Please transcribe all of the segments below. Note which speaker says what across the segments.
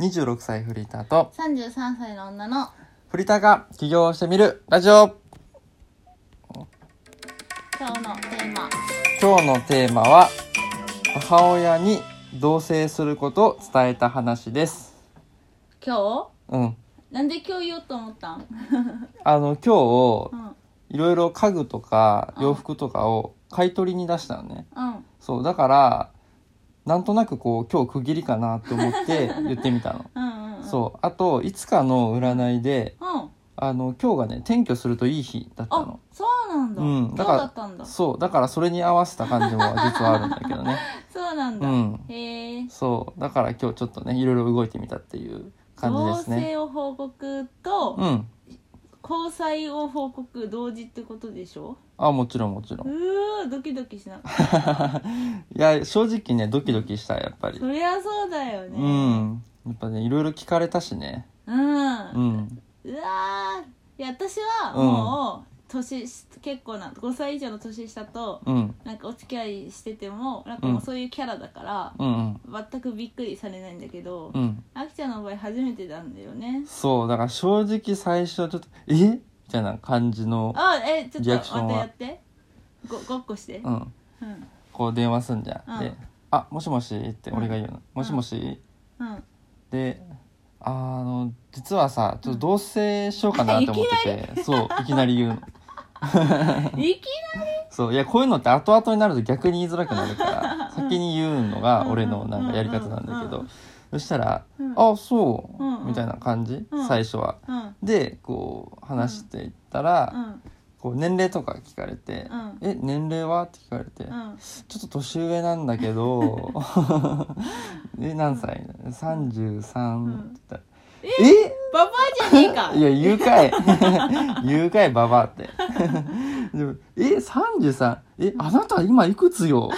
Speaker 1: 26歳フリーターと
Speaker 2: 33歳の女の
Speaker 1: フリーターが起業してみるラジオ
Speaker 2: 今日のテーマ
Speaker 1: 今日のテーマは母親に同棲することを伝えた話です
Speaker 2: 今
Speaker 1: うん
Speaker 2: 日なんで今日言おうと思ったん、
Speaker 1: あの今
Speaker 2: うん、
Speaker 1: 日いろいろ家具とか洋服とかを買い取りに出したのね
Speaker 2: うん
Speaker 1: そうだからなんとなくこう今日区切りかなって思 って言ってみたの
Speaker 2: うんうん
Speaker 1: そうあといつかの占いで
Speaker 2: うんうん
Speaker 1: あの今日がね転居するといい日だった
Speaker 2: あ
Speaker 1: の
Speaker 2: そうなんだ、
Speaker 1: うん
Speaker 2: そ
Speaker 1: だ
Speaker 2: う
Speaker 1: から
Speaker 2: だったんだそ
Speaker 1: そうだからそれに合わせた感じも実はあるんだけど ね
Speaker 2: うなんだ、
Speaker 1: うん
Speaker 2: へえ
Speaker 1: そうだから今日ちょっとねいろいろ動いてみたっていう感じ
Speaker 2: 同
Speaker 1: ですね
Speaker 2: 棲を報告と、
Speaker 1: うん
Speaker 2: 交際を報告同時ってことでしょ
Speaker 1: あもちろんもちろ
Speaker 2: うんードキドキしな
Speaker 1: いや正直ねドキドキしたやっぱり
Speaker 2: そりゃそうだよ
Speaker 1: う
Speaker 2: ね
Speaker 1: んやっぱねいろいろ聞かれたしね
Speaker 2: うん、う
Speaker 1: うん
Speaker 2: わーいや私はもう年し、結構な5歳以上の年下と
Speaker 1: うん
Speaker 2: なんかお付き合いしててもなんかもうそういうキャラだから、
Speaker 1: うんうん
Speaker 2: 全くびっくりされないんだけど、
Speaker 1: うん
Speaker 2: あきちゃんの場合初めてなんだよね
Speaker 1: そうだから正直最初はちょっと「えみたいな感じの
Speaker 2: あえちょっ
Speaker 1: リ
Speaker 2: と
Speaker 1: ア
Speaker 2: ま
Speaker 1: クション
Speaker 2: た
Speaker 1: は
Speaker 2: やってごごっこして、う
Speaker 1: うんんこう電話すんじゃん、
Speaker 2: うん
Speaker 1: で「あもしもし」って俺が言うの「もしもし
Speaker 2: うん」
Speaker 1: で「あの実はさちょっと同棲しようかなと思ってて、そういきなり言うの
Speaker 2: いき
Speaker 1: そういやこういうのって後々になると逆に言いづらくなるから 先に言うのが俺のなんかやり方なんだけ
Speaker 2: うんうんうんう
Speaker 1: どそしたら「
Speaker 2: うん
Speaker 1: あそう
Speaker 2: うんう」ん
Speaker 1: みたいな感じ
Speaker 2: うん
Speaker 1: 最初は。
Speaker 2: うん
Speaker 1: でこう話していった
Speaker 2: う
Speaker 1: ら
Speaker 2: ん
Speaker 1: こう年齢とか聞かれて
Speaker 2: うん
Speaker 1: 「え年齢は?」って聞かれて「
Speaker 2: うん
Speaker 1: ちょっと年上なんだけ どえ何歳 ?33」って言ったら「え
Speaker 2: ババアじゃねえか
Speaker 1: いや、言うかい。言うかい、ばばって。 でも、え、33? え、あなた今いくつよ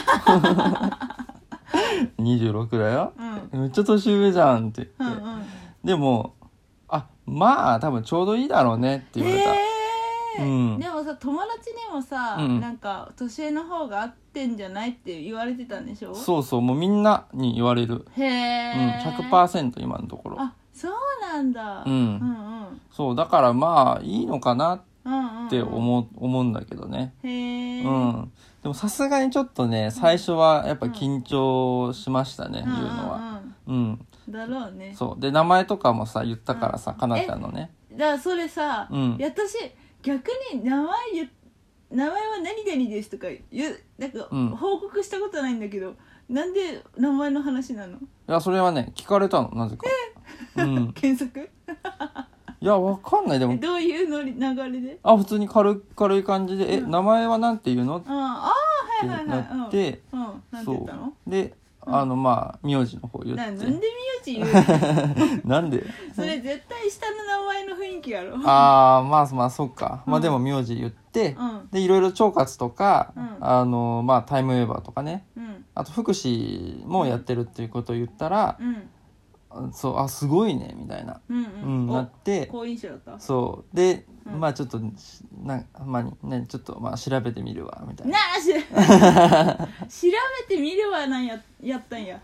Speaker 1: ?26 だよ。
Speaker 2: うん
Speaker 1: めっちゃ年上じゃんって
Speaker 2: う
Speaker 1: 言っ
Speaker 2: ん
Speaker 1: て。
Speaker 2: うん
Speaker 1: でも、あ、まあ、多分ちょうどいいだろうねって言われた。
Speaker 2: えー
Speaker 1: うん
Speaker 2: でもさ友達にもさ、
Speaker 1: うん
Speaker 2: なんか年上の方が合ってんじゃないって言われてたんでしょ
Speaker 1: そうそう、もうみんなに言われる。う
Speaker 2: へ
Speaker 1: ん、
Speaker 2: え、
Speaker 1: 100%今のところ。
Speaker 2: あそうなんだ、
Speaker 1: うん
Speaker 2: うんうん
Speaker 1: そう、だからまあ、いいのかなっ
Speaker 2: うんうん
Speaker 1: て思う、思うんだけどね。
Speaker 2: うんへえ、
Speaker 1: うん、でもさすがにちょっとね最初はやっぱ緊張しましたね、
Speaker 2: うん
Speaker 1: 言う
Speaker 2: うんう
Speaker 1: のは、
Speaker 2: ん
Speaker 1: うん、
Speaker 2: だろうね
Speaker 1: そうで名前とかもさ言ったからさ、
Speaker 2: うん
Speaker 1: かなちゃんのね
Speaker 2: だからそれさ、
Speaker 1: うん
Speaker 2: いや私逆に名前言っ名前は何々ですとか言うなんか
Speaker 1: うん
Speaker 2: 報告したことないんだけど、なんで名前の話な
Speaker 1: い
Speaker 2: の
Speaker 1: やそれはね聞かれたのなぜか、うん、
Speaker 2: 検索
Speaker 1: いやわかんないで
Speaker 2: え
Speaker 1: も
Speaker 2: どういうのり流れで
Speaker 1: あ普通に軽い軽い感じで「え
Speaker 2: うん
Speaker 1: 名前はなんて言うの?」っ
Speaker 2: うんああ
Speaker 1: て
Speaker 2: ーはいはい
Speaker 1: な
Speaker 2: はい
Speaker 1: っ
Speaker 2: うん
Speaker 1: て、
Speaker 2: うん、なんて
Speaker 1: そ
Speaker 2: 言ったの
Speaker 1: うであのまあ名字の方言
Speaker 2: なな
Speaker 1: っ
Speaker 2: ん
Speaker 1: て
Speaker 2: で名字言うの
Speaker 1: なんで
Speaker 2: それ絶対下の名前の雰囲気やろ
Speaker 1: ああまあまあそっか、ま
Speaker 2: う
Speaker 1: あ
Speaker 2: ん
Speaker 1: でも名字言って、
Speaker 2: うん
Speaker 1: でいろいろ腸活とか、
Speaker 2: うん
Speaker 1: あのまあタイムウェーバーとかね
Speaker 2: うん
Speaker 1: あと福祉もやってるっていうことを言ったら
Speaker 2: う、ん
Speaker 1: そうあすごいねみたいな、
Speaker 2: うん
Speaker 1: う
Speaker 2: うんん、
Speaker 1: な
Speaker 2: お
Speaker 1: って
Speaker 2: 好印象だった
Speaker 1: そうで、
Speaker 2: うん
Speaker 1: まあちょっとしな、まあにね、ちょっとまあ調べてみるわみたいな
Speaker 2: なあし 調べてみるわなんややったんや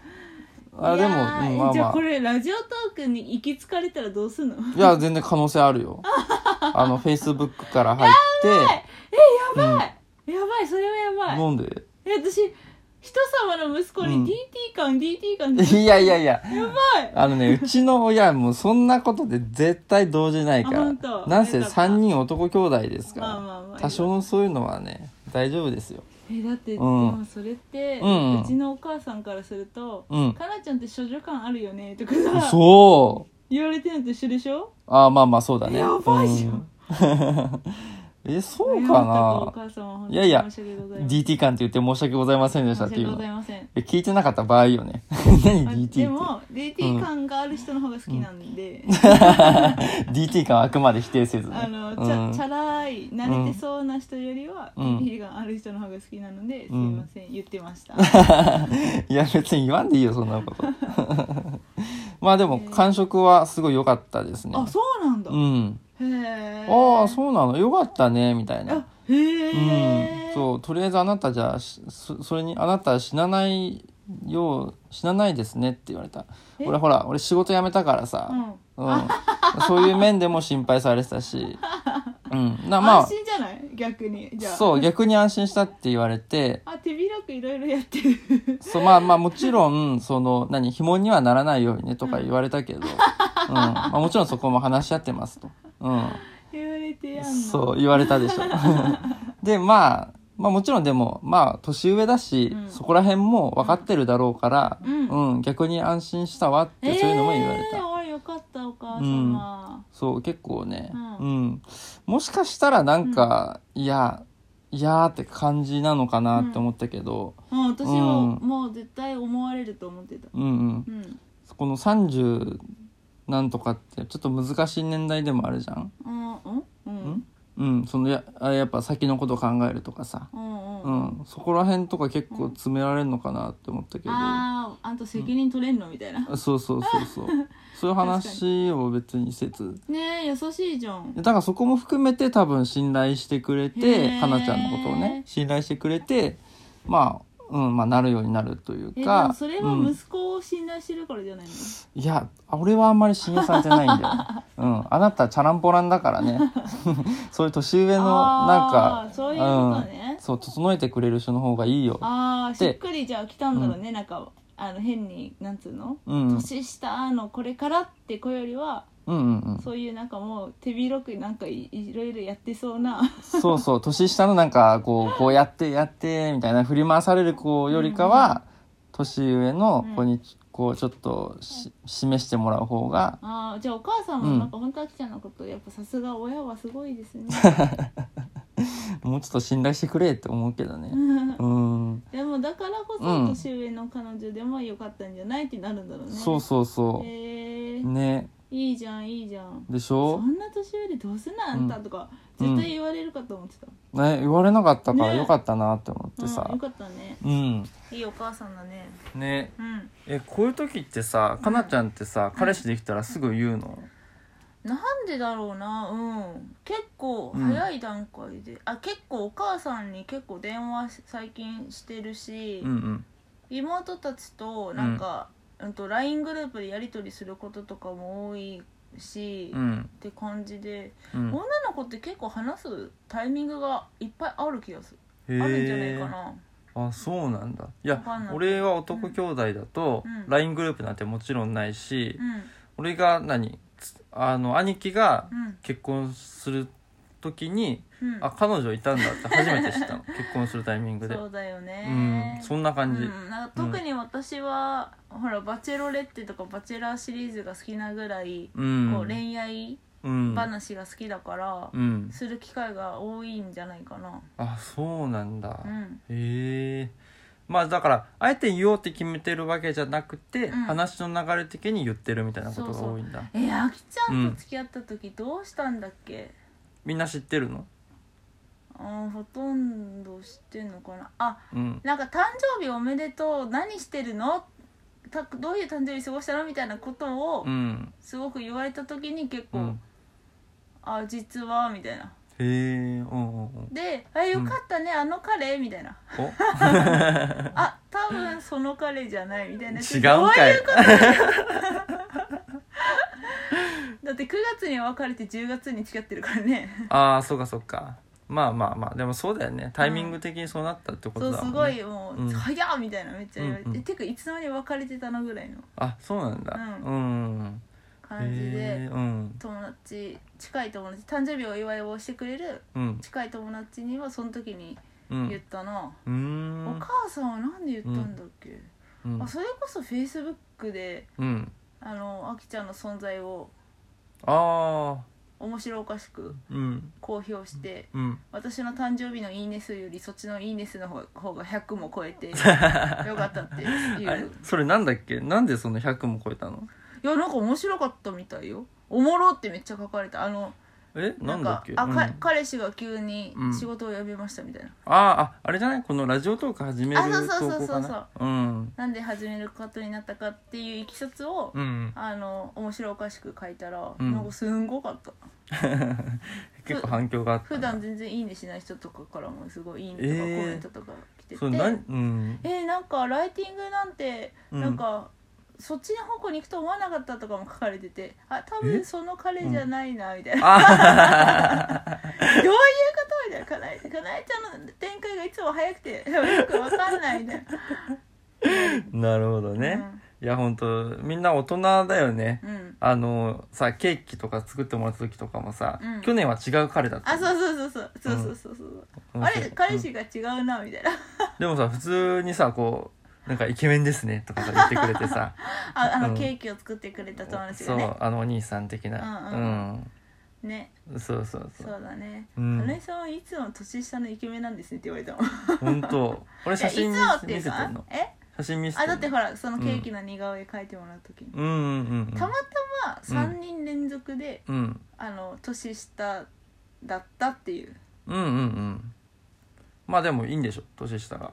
Speaker 1: あ
Speaker 2: い
Speaker 1: で
Speaker 2: や
Speaker 1: も、
Speaker 2: ー
Speaker 1: うんまあ
Speaker 2: じゃあ
Speaker 1: ま
Speaker 2: これラジオトークに行き着かれたらどうすんの
Speaker 1: あいや全然可能性ある よあのフェイスブックから入って
Speaker 2: えやばい、やばいそれはやばい
Speaker 1: 飲んで
Speaker 2: え私人様の息子
Speaker 1: う
Speaker 2: に
Speaker 1: ん
Speaker 2: DT 感、DT 感
Speaker 1: いやいやいや
Speaker 2: やばい
Speaker 1: あのね、うちの親もそんなことで絶対動じないか
Speaker 2: あ
Speaker 1: ら
Speaker 2: 本当
Speaker 1: なんせ
Speaker 2: よかった
Speaker 1: 3人男兄弟ですから、
Speaker 2: まあまあまあ
Speaker 1: 多少のそういうのはね大丈夫ですよ
Speaker 2: えだって、
Speaker 1: ん
Speaker 2: でもそれって、
Speaker 1: う
Speaker 2: うん
Speaker 1: うん
Speaker 2: ちのお母さんからすると「
Speaker 1: うん
Speaker 2: かなちゃんって処女感あるよね」とかさ
Speaker 1: そう
Speaker 2: 言われてるのと一緒でしょ
Speaker 1: ああまあまあそうだね
Speaker 2: やばいじゃん
Speaker 1: うん えそうか
Speaker 2: お
Speaker 1: な
Speaker 2: 母さんは本当に
Speaker 1: いやいや
Speaker 2: 申し訳ございません
Speaker 1: DT 感って言って申し訳ございませんで
Speaker 2: 申
Speaker 1: し
Speaker 2: した
Speaker 1: っていう
Speaker 2: 訳ご
Speaker 1: の
Speaker 2: ざいません
Speaker 1: え聞いてなかった場合よね 何
Speaker 2: あ
Speaker 1: DT って
Speaker 2: でも DT 感がある人の方が好きなんで、
Speaker 1: DT 感はあくまで否定せずね
Speaker 2: あの
Speaker 1: う
Speaker 2: ちゃ
Speaker 1: ん
Speaker 2: チャラい慣れてそうな人よりは
Speaker 1: うん
Speaker 2: DT 感ある人の方が好きなので、すいません言ってました
Speaker 1: いや別に言わんでいいよそんなこと まあでも感触はすごい良かったですね
Speaker 2: あそうなんだ、
Speaker 1: う
Speaker 2: へ
Speaker 1: ん
Speaker 2: え
Speaker 1: ああそうなのよかったねみたいな
Speaker 2: あへ
Speaker 1: うん
Speaker 2: え、
Speaker 1: そうとりあえずあなたじゃあしそそれにあなたは死なないよう死なないですねって言われた
Speaker 2: え
Speaker 1: 俺ほら俺仕事辞めたから
Speaker 2: う
Speaker 1: さ、
Speaker 2: ん
Speaker 1: うん、そういう面でも心配されてた し、うん、なま
Speaker 2: 安
Speaker 1: あ
Speaker 2: 心じゃない逆にじゃあ
Speaker 1: そう逆に安心したって言われて
Speaker 2: あ手広くいろいろやってる
Speaker 1: そうまあまあもちろんその何紐にはならないようにねとか言われた けど、うんまあ、もちろんそこも話し合ってますと、う
Speaker 2: 言われてやん
Speaker 1: ん、
Speaker 2: の
Speaker 1: そう言われた でしょでまあまあもちろんでもまあ年上だし、
Speaker 2: うん
Speaker 1: そこら辺も分かってるだろうから、
Speaker 2: うん
Speaker 1: うん、逆に安心したわって、そういうのも言われ
Speaker 2: え
Speaker 1: た
Speaker 2: ー、あれよかったお母様、
Speaker 1: そう結構ね、
Speaker 2: う
Speaker 1: うんもしかしたらなんか、いやいやーって感じなのかなって思ったけど、
Speaker 2: うん私も、
Speaker 1: うん
Speaker 2: もう絶対思われると思ってた
Speaker 1: うん、うん
Speaker 2: うん
Speaker 1: この30なんとかってちょっと難しい年代でもあるじゃん。
Speaker 2: あうんうん
Speaker 1: うん、そのやあやっぱ先のこと考えるとかさ、
Speaker 2: うん
Speaker 1: う
Speaker 2: うん
Speaker 1: ん、そこら辺とか結構詰められるのかなって思ったけど、
Speaker 2: あああんた責任取れんのみたいな
Speaker 1: そうそうそうそう そういう話を別にせず
Speaker 2: ねえ優しいじゃん
Speaker 1: だからそこも含めて多分信頼してくれ
Speaker 2: へ
Speaker 1: て
Speaker 2: ー
Speaker 1: かなちゃんのことをね信頼してくれてまあ、うんまあ、なるようになるという
Speaker 2: えで
Speaker 1: か
Speaker 2: もそれ
Speaker 1: う
Speaker 2: は
Speaker 1: ん
Speaker 2: 息子を信頼してるからじゃないの、
Speaker 1: いや俺はあんまり信用されてないんだよ、ね、 うんあなたチャランポランだからね そういう年上のなん
Speaker 2: あー
Speaker 1: か
Speaker 2: そういうことね
Speaker 1: うん、そう整えてくれる人の方がいいよ
Speaker 2: ああし
Speaker 1: で
Speaker 2: っくりじゃあ来たんだろうね、なんかあの変になんつうの、
Speaker 1: うんうん
Speaker 2: 年下のこれからって子よりは
Speaker 1: うんうん
Speaker 2: そういうなんかもう手広くなんかいいろいろやってそう な
Speaker 1: そうそう年下のなんかこうこうやってやってみたいな振り回される子よりかは、年上の子にこうちょっとし示してもらう方が
Speaker 2: あーじゃあお母さんも
Speaker 1: うん
Speaker 2: なんか本当あきちゃんのことやっぱさすが親はすごいですね
Speaker 1: もうちょっと信頼してくれって思うけどねうん
Speaker 2: でもだからこそ
Speaker 1: うん
Speaker 2: 年上の彼女でもよかったんじゃないってなるんだろうね
Speaker 1: そうそうそ
Speaker 2: へえ
Speaker 1: うね
Speaker 2: いいじゃんいいじゃん
Speaker 1: でし
Speaker 2: そ
Speaker 1: ょ
Speaker 2: んな年上でどうすんなあんたとか
Speaker 1: うん
Speaker 2: 絶対言われるかと思ってた、
Speaker 1: ね、言われなかったから
Speaker 2: ね
Speaker 1: よかったなって思っ
Speaker 2: う
Speaker 1: て
Speaker 2: ん、
Speaker 1: さ
Speaker 2: よ、かったね
Speaker 1: うん
Speaker 2: いいお母さんだね
Speaker 1: ね
Speaker 2: うん
Speaker 1: えこういう時ってさかなちゃんってさ、彼氏できたらすぐ言うの
Speaker 2: なんでだろうなうん結構
Speaker 1: うん
Speaker 2: 早い段階で、あ結構お母さんに結構電話し最近してるし、
Speaker 1: うんうん
Speaker 2: 妹たちとなんか、うん、と LINE グループでやり取りすることとかも多いし、
Speaker 1: う
Speaker 2: っ
Speaker 1: ん
Speaker 2: て感じで、
Speaker 1: うん
Speaker 2: 女の子って結構話すタイミングがいっぱいある気がする、
Speaker 1: へー
Speaker 2: あるんじゃないかな
Speaker 1: あそうなんだい
Speaker 2: わかん
Speaker 1: や
Speaker 2: ない
Speaker 1: 俺は男兄弟だと
Speaker 2: うん
Speaker 1: LINE グループなんてもちろんないし、
Speaker 2: うん
Speaker 1: 俺が何つあの兄貴が
Speaker 2: うん
Speaker 1: 結婚する時に、
Speaker 2: うん
Speaker 1: あ彼女いたんだって初めて知 ったの結婚するタイミングで
Speaker 2: そうだよ
Speaker 1: うん
Speaker 2: ね、
Speaker 1: そんな感じ、
Speaker 2: うん、なんか特に私は、ほら「バチェロレッテ」とか「バチェラー」シリーズが好きなぐらい、
Speaker 1: うん
Speaker 2: こう恋愛
Speaker 1: うん
Speaker 2: 話が好きだから、
Speaker 1: うん
Speaker 2: する機会が多いんじゃないかな、
Speaker 1: あそうなんだ、
Speaker 2: うん、
Speaker 1: へえまあだからあえて言おうって決めてるわけじゃなくて、
Speaker 2: ん
Speaker 1: 話の流れ的に言ってるみたいなことが多いんだ
Speaker 2: えあきちゃんと付き合った時どうしたんだっけ、
Speaker 1: みんな知ってるの
Speaker 2: あーほとんど知ってんのかなあ
Speaker 1: うん
Speaker 2: なんか誕生日おめでとう何してるのたどういう誕生日過ごしたのみたいなことを
Speaker 1: うん
Speaker 2: すごく言われた時に結
Speaker 1: う
Speaker 2: 構「
Speaker 1: ん
Speaker 2: あ実は」みたいな
Speaker 1: へえうん うんうん
Speaker 2: で「あよかったね、あの彼」みたいな
Speaker 1: お
Speaker 2: 「あ多分その彼じゃない」みたいな
Speaker 1: 違うんかい
Speaker 2: どういうことだよだって9月に別れて10月に付き合ってるからね
Speaker 1: ああそうかそうかまあまあまあでもそうだよねタイミング的にそうなったってこ
Speaker 2: そ
Speaker 1: と
Speaker 2: う
Speaker 1: だ
Speaker 2: す
Speaker 1: もん、ね、
Speaker 2: ごいもう「
Speaker 1: うん
Speaker 2: 早っ!」みたいなめっちゃ言われて、
Speaker 1: うんうん
Speaker 2: てかいつの間に別れてたのぐらいの
Speaker 1: あそうなんだ
Speaker 2: う
Speaker 1: うん、
Speaker 2: 感じ
Speaker 1: へ
Speaker 2: で
Speaker 1: えうん
Speaker 2: 友達近い友達誕生日お祝いをしてくれる
Speaker 1: うん
Speaker 2: 近い友達にはその時に
Speaker 1: うん
Speaker 2: 言ったな、
Speaker 1: うーん
Speaker 2: お母さんは何で言ったんだっけ、
Speaker 1: うん
Speaker 2: あそれこそフェイスブックで
Speaker 1: うん
Speaker 2: あのあきちゃんの存在を
Speaker 1: ああ
Speaker 2: 面白おかしく
Speaker 1: うん
Speaker 2: 公表して、
Speaker 1: うん
Speaker 2: 私の誕生日の「いいね数」よりそっちの「いいね数」の方が方が100も超え てよかったっていうい
Speaker 1: あ
Speaker 2: や
Speaker 1: れそれなんだっけなんでその100も超えたの
Speaker 2: なんか面白かったみたいよ「おもろ」ってめっちゃ書かれたあの
Speaker 1: え
Speaker 2: な
Speaker 1: なんんだ
Speaker 2: か
Speaker 1: っけ
Speaker 2: あか
Speaker 1: うん
Speaker 2: 彼氏が急に
Speaker 1: うん
Speaker 2: 仕事を辞めましたみたいな、
Speaker 1: ああああれじゃないこのラジオトーク始める
Speaker 2: あそうそうそう
Speaker 1: 投稿か
Speaker 2: そう
Speaker 1: なうん
Speaker 2: なんで始めることになったかっていういきさつを、
Speaker 1: うん
Speaker 2: あの面白おかしく書いたら、
Speaker 1: うん
Speaker 2: なんかすんごかった
Speaker 1: 結構反響があった
Speaker 2: 普段全然いいねしない人とかからもすごいいいねとか
Speaker 1: えー
Speaker 2: コメントとか来て、てて
Speaker 1: それ何うん
Speaker 2: えーなんかライティングなんて
Speaker 1: うん
Speaker 2: なんか、そっちの方向に行くと思わなかったとかも書かれててあ多
Speaker 1: え
Speaker 2: 分その彼じゃないなみた いな、
Speaker 1: あ
Speaker 2: どういうことみたいなかなえかなえちゃんの展開がいつも早くて よくわかんないみたいな
Speaker 1: なるほど ね、いや本当みんな大人だよね
Speaker 2: うん、うん、
Speaker 1: あのさケーキとか作ってもらった時とかもさ、
Speaker 2: うん
Speaker 1: 去年は違う彼だった
Speaker 2: あそうそうそうそうそうそうそうそう、あれ彼氏が違うなみたいな
Speaker 1: でもさ普通にさこうなんかイケメンですねとかさ言ってくれて さ
Speaker 2: ああ
Speaker 1: うん
Speaker 2: のケーキを作ってくれた友達
Speaker 1: そ
Speaker 2: がね
Speaker 1: うあのお兄さん的な
Speaker 2: う
Speaker 1: うん、
Speaker 2: うんね
Speaker 1: そうそうそ
Speaker 2: そううだね
Speaker 1: うん
Speaker 2: 金井さんはいつも年下のイケメンなんですねって言われたもんい
Speaker 1: 本当俺
Speaker 2: や
Speaker 1: 写
Speaker 2: いつ
Speaker 1: 真
Speaker 2: も
Speaker 1: 見
Speaker 2: ってい
Speaker 1: 見
Speaker 2: う
Speaker 1: せてん
Speaker 2: か
Speaker 1: の
Speaker 2: え
Speaker 1: 写真見せて
Speaker 2: あ
Speaker 1: んの
Speaker 2: だってほらそのケーキの似顔絵描いてもらう時に、
Speaker 1: うんうんうん
Speaker 2: たまたま3人連続で、
Speaker 1: うんうん
Speaker 2: あの年下だったっていう
Speaker 1: うんうんうんまあでもいいんでしょ年下が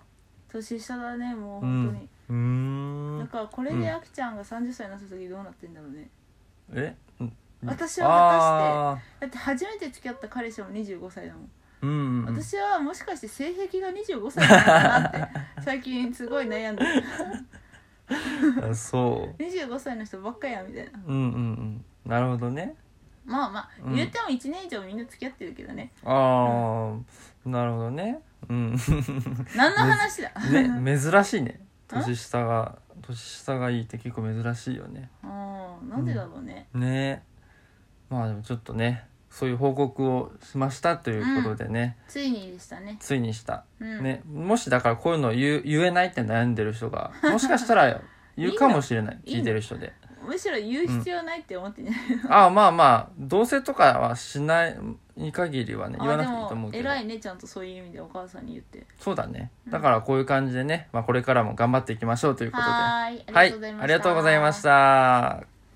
Speaker 2: 年下だね
Speaker 1: う
Speaker 2: もう本当に
Speaker 1: ん、うーん
Speaker 2: だからこれ
Speaker 1: うん
Speaker 2: であきちゃんが30歳になった時どうなってんだろうね、
Speaker 1: えうん
Speaker 2: 私は
Speaker 1: あ
Speaker 2: だって初めて付き合った彼氏も25歳だもん、
Speaker 1: ーうんうん
Speaker 2: 私はもしかして性癖が25歳なのかなって最近すごい悩んでる
Speaker 1: あそ
Speaker 2: 25歳の人ばっかやみたいな
Speaker 1: ううんうんうんなるほどね
Speaker 2: まあま
Speaker 1: う
Speaker 2: あ
Speaker 1: ん
Speaker 2: 言っても1年以上みんな付き合ってるけどね、
Speaker 1: ああなるほどねうん
Speaker 2: 何の話だ、
Speaker 1: ね珍しいね
Speaker 2: ん
Speaker 1: 年下が年下がいいって結構珍しいよね
Speaker 2: うんなんでだろうね、
Speaker 1: ねまあでもちょっとねそういう報告をしましたということでね、
Speaker 2: ついにでしたね、
Speaker 1: ついにした、
Speaker 2: うん、
Speaker 1: ねもしだからこういうのを言う言えないって悩んでる人がもしかした ら言うかもしれない
Speaker 2: いいの
Speaker 1: 聞いてる人で
Speaker 2: むしろ言う必要ないって思ってんじゃない、
Speaker 1: ああまあまあ同棲とかはしない限りはね言わ
Speaker 2: あ
Speaker 1: な
Speaker 2: で
Speaker 1: くていいと思
Speaker 2: も
Speaker 1: うけど
Speaker 2: 偉いねちゃんとそういう意味でお母さんに言って
Speaker 1: そうだね
Speaker 2: うん
Speaker 1: だからこういう感じでね、まあ、これからも頑張っていきましょうということで
Speaker 2: はーいあ
Speaker 1: は
Speaker 2: り
Speaker 1: い
Speaker 2: がとうございました、
Speaker 1: ありがとうございました